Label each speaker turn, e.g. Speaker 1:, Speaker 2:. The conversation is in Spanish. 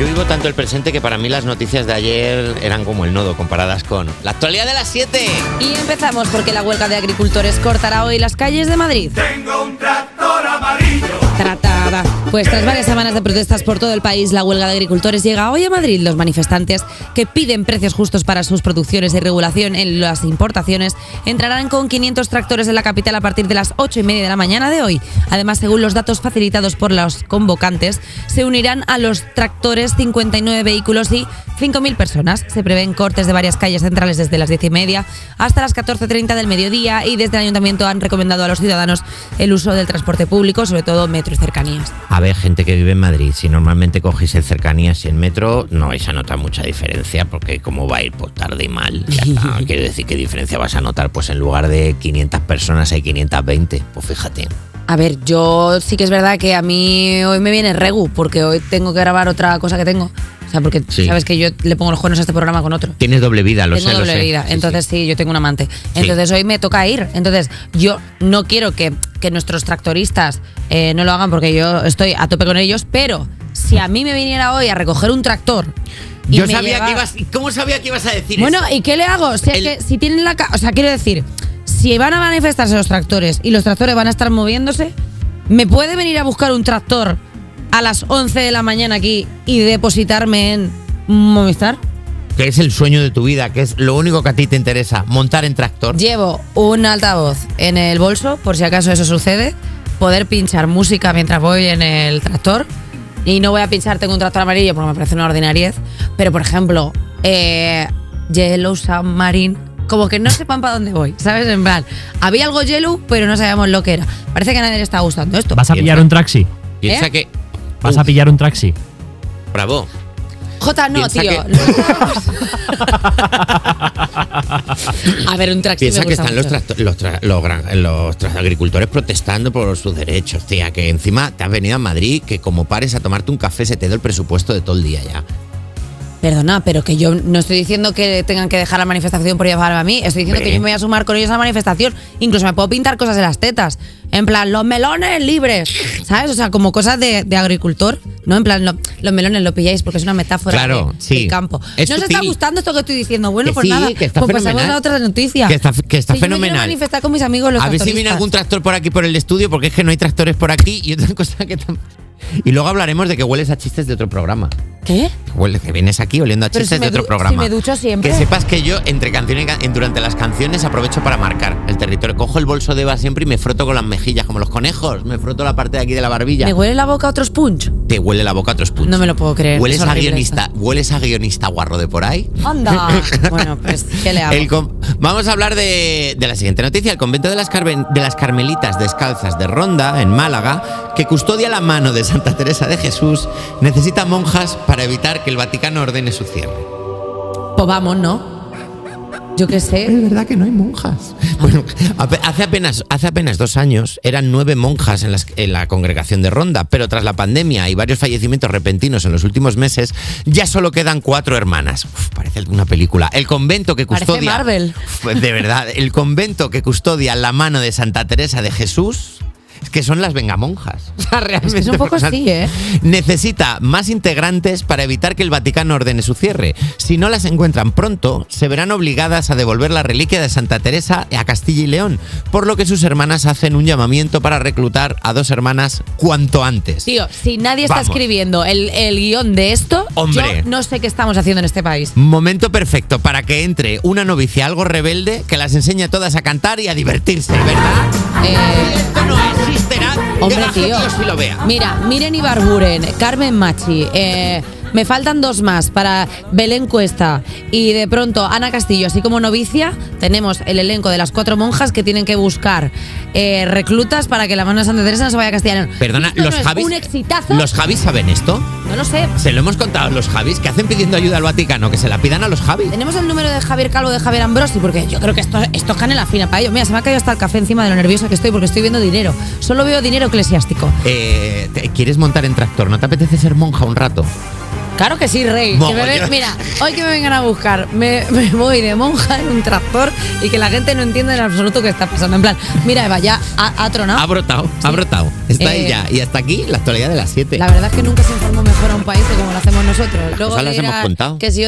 Speaker 1: Yo vivo tanto el presente que para mí las noticias de ayer eran como el nodo comparadas con la actualidad de las 7.
Speaker 2: Y empezamos porque la huelga de agricultores cortará hoy las calles de Madrid.
Speaker 3: Tengo un tractor amarillo.
Speaker 2: Tratada. Pues tras varias semanas de protestas por todo el país, la huelga de agricultores llega hoy a Madrid. Los manifestantes que piden precios justos para sus producciones y regulación en las importaciones entrarán con 500 tractores en la capital a partir de las 8 y media de la mañana de hoy. Además, según los datos facilitados por los convocantes, se unirán a los tractores 59 vehículos y 5.000 personas. Se prevén cortes de varias calles centrales desde las 10 y media hasta las 14.30 del mediodía y desde el ayuntamiento han recomendado a los ciudadanos el uso del transporte público, sobre todo metro y cercanías.
Speaker 1: A ver, gente que vive en Madrid, si normalmente cogéis el cercanías y el metro, no vais a notar mucha diferencia porque como va a ir por tarde y mal, ya está. quiero decir, ¿qué diferencia vas a notar? Pues en lugar de 500 personas hay 520, pues fíjate.
Speaker 2: A ver, yo sí que es verdad que a mí hoy me viene regu, porque hoy tengo que grabar otra cosa que tengo. O sea, porque
Speaker 1: Sí.
Speaker 2: sabes que yo le pongo los cuernos a este programa con otro.
Speaker 1: Tienes doble vida, lo
Speaker 2: tengo
Speaker 1: sé,
Speaker 2: doble
Speaker 1: lo sé.
Speaker 2: vida.
Speaker 1: Sí,
Speaker 2: Entonces sí. yo tengo un amante. Entonces hoy me toca ir. Entonces yo no quiero que, que nuestros tractoristas eh, no lo hagan porque yo estoy a tope con ellos, pero si a mí me viniera hoy a recoger un tractor...
Speaker 1: sí.
Speaker 2: y
Speaker 1: Yo
Speaker 2: me
Speaker 1: sabía
Speaker 2: lleva-
Speaker 1: que ibas. ¿Cómo sabía que ibas a decir
Speaker 2: Bueno,
Speaker 1: eso?
Speaker 2: ¿y qué le hago? Si, es
Speaker 1: El-
Speaker 2: que, si tienen la... ca- O sea, quiero decir, si van a manifestarse los tractores y los tractores van a estar moviéndose, ¿me puede venir a buscar un tractor a las 11 de la mañana aquí y depositarme en Movistar?
Speaker 1: Que es el sueño de tu vida, que es lo único que a ti te interesa, montar en tractor.
Speaker 2: Llevo un altavoz en el bolso, por si acaso eso sucede, poder pinchar música mientras voy en el tractor. Y no voy a pinchar, tengo un tractor amarillo porque me parece una ordinariez. Pero, por ejemplo, eh, Yellow Submarine, como que no sepan para dónde voy, ¿sabes? En plan, había algo yellow, pero no sabíamos lo que era. Parece que a nadie le está gustando esto.
Speaker 4: Vas a
Speaker 1: Piensa.
Speaker 4: pillar un taxi.
Speaker 1: Piensa
Speaker 2: ¿Eh?
Speaker 1: que.
Speaker 4: Vas
Speaker 1: Uf,
Speaker 4: a pillar un taxi.
Speaker 1: Bravo.
Speaker 2: Jota, no,
Speaker 1: piensa
Speaker 2: tío.
Speaker 1: que-
Speaker 2: a ver, un taxi
Speaker 1: Piensa
Speaker 2: me
Speaker 1: que
Speaker 2: gusta
Speaker 1: están los,
Speaker 2: mucho.
Speaker 1: tracto- los, tra- los gran- los tra- agricultores protestando por sus derechos, tía. Que encima te has venido a Madrid, que como pares a tomarte un café se te da el presupuesto de todo el día ya.
Speaker 2: Perdona, pero que yo no estoy diciendo que tengan que dejar la manifestación por llevarme a mí. Estoy diciendo
Speaker 1: Hombre.
Speaker 2: que yo me voy a sumar con ellos a la manifestación. Incluso me puedo pintar cosas de las tetas. En plan, los melones libres. ¿Sabes? O sea, como cosas de, de agricultor. No, en plan, lo- los melones lo pilláis porque es una metáfora
Speaker 1: Claro,
Speaker 2: de-
Speaker 1: sí.
Speaker 2: del campo.
Speaker 1: Es
Speaker 2: no os
Speaker 1: sutil.
Speaker 2: está gustando esto que estoy diciendo. Bueno,
Speaker 1: Que
Speaker 2: pues
Speaker 1: sí,
Speaker 2: nada.
Speaker 1: que está
Speaker 2: pues pasamos
Speaker 1: fenomenal.
Speaker 2: a otra noticia.
Speaker 1: Que está- que está
Speaker 2: Si yo me quiero
Speaker 1: fenomenal.
Speaker 2: manifestar con mis amigos los
Speaker 1: A ver si viene
Speaker 2: tractoristas.
Speaker 1: algún tractor por aquí por el estudio, porque es que no hay tractores por aquí y otra cosa que tam- Y luego hablaremos de que hueles a chistes de otro programa.
Speaker 2: ¿Qué?
Speaker 1: Que huele- que vienes aquí oliendo a
Speaker 2: Pero
Speaker 1: chistes
Speaker 2: si me
Speaker 1: de otro
Speaker 2: du-
Speaker 1: programa.
Speaker 2: si me ducho siempre.
Speaker 1: Que sepas que yo entre canción y ca- en- durante las canciones aprovecho para marcar el territorio. Cojo el bolso de Eva siempre y me froto con las mejillas como los conejos, me froto la parte de aquí de la barbilla.
Speaker 2: ¿Me huele la boca a otros punch?
Speaker 1: Te huele la boca a otros puntos.
Speaker 2: No me lo puedo creer.
Speaker 1: Hueles
Speaker 2: es
Speaker 1: a
Speaker 2: horrible
Speaker 1: guionista, hueles a guionista guarro de por ahí.
Speaker 2: esto. ¡Anda! bueno, pues, ¿qué le hago?
Speaker 1: El con- Vamos a hablar de, de la siguiente noticia. El convento de las, Carmen- de las Carmelitas Descalzas de Ronda, en Málaga, que custodia la mano de Santa Teresa de Jesús, necesita monjas para evitar que el Vaticano ordene su cierre.
Speaker 2: Pues vamos, ¿no? Yo qué sé.
Speaker 1: Es verdad que no hay monjas. ¿Eh? Bueno, ape- hace apenas, hace apenas dos años eran nueve monjas en, las- en la congregación de Ronda, pero tras la pandemia y varios fallecimientos repentinos en los últimos meses, ya solo quedan cuatro hermanas. Uf, parece una película. El convento que
Speaker 2: Parece
Speaker 1: custodia.
Speaker 2: Marvel.
Speaker 1: Uf, de verdad, el convento que custodia la mano de Santa Teresa de Jesús. es Que son las vengamonjas. O sea, realmente,
Speaker 2: un poco
Speaker 1: o sea,
Speaker 2: así, ¿eh?
Speaker 1: necesita más integrantes para evitar que el Vaticano ordene su cierre. Si no las encuentran pronto, se verán obligadas a devolver la reliquia de Santa Teresa a Castilla y León, por lo que sus hermanas hacen un llamamiento para reclutar a dos hermanas cuanto antes.
Speaker 2: Tío, si nadie está
Speaker 1: Vamos.
Speaker 2: escribiendo el, el guión de esto,
Speaker 1: Hombre.
Speaker 2: yo no sé qué estamos haciendo en este país.
Speaker 1: Momento perfecto para que entre una novicia algo rebelde que las enseñe a todas a cantar y a divertirse, ¿verdad?
Speaker 2: Eh,
Speaker 1: Esto no existirá. que
Speaker 2: hombre,
Speaker 1: baje
Speaker 2: tío.
Speaker 1: Dios y lo vea.
Speaker 2: Mira, Miren Ibarburen, Carmen Machi, eh, me faltan dos más para Belén Cuesta y de pronto Ana Castillo, así como novicia, tenemos el elenco de las cuatro monjas que tienen que buscar eh, reclutas para que la mano de Santa Teresa no se vaya a Castilla. y León.
Speaker 1: Perdona,
Speaker 2: Esto no
Speaker 1: los
Speaker 2: es
Speaker 1: Javis.
Speaker 2: Un exitazo.
Speaker 1: ¿Los Javis saben esto?
Speaker 2: no lo sé.
Speaker 1: Se lo hemos contado a los Javis que hacen pidiendo ayuda al Vaticano, que se la pidan a los Javis.
Speaker 2: Tenemos el número de Javier Calvo de Javier Ambrosi, porque yo creo que esto, esto es canela fina para ellos. Mira, se me ha caído hasta el café encima de lo nerviosa que estoy porque estoy viendo dinero. Solo veo dinero eclesiástico.
Speaker 1: Eh, te- ¿Quieres montar en tractor? ¿No te apetece ser monja un rato?
Speaker 2: Claro que sí, Rey. Que me ven-
Speaker 1: Mogollón.
Speaker 2: mira, hoy que me vengan a buscar, me, me voy de monja en un tractor y que la gente no entienda en absoluto qué está pasando. En plan, mira, Eva, ya ha, ha tronado.
Speaker 1: Ha brotado, ha brotado. Está ahí
Speaker 2: Ah. Eh,
Speaker 1: ya. Y hasta aquí la actualidad de las 7.
Speaker 2: La verdad es que nunca se informó mejor a un país de como lo hacemos
Speaker 1: hicimos nosotros. Luego
Speaker 2: cosas las
Speaker 1: dirá
Speaker 2: Pues hemos contado.
Speaker 1: Que si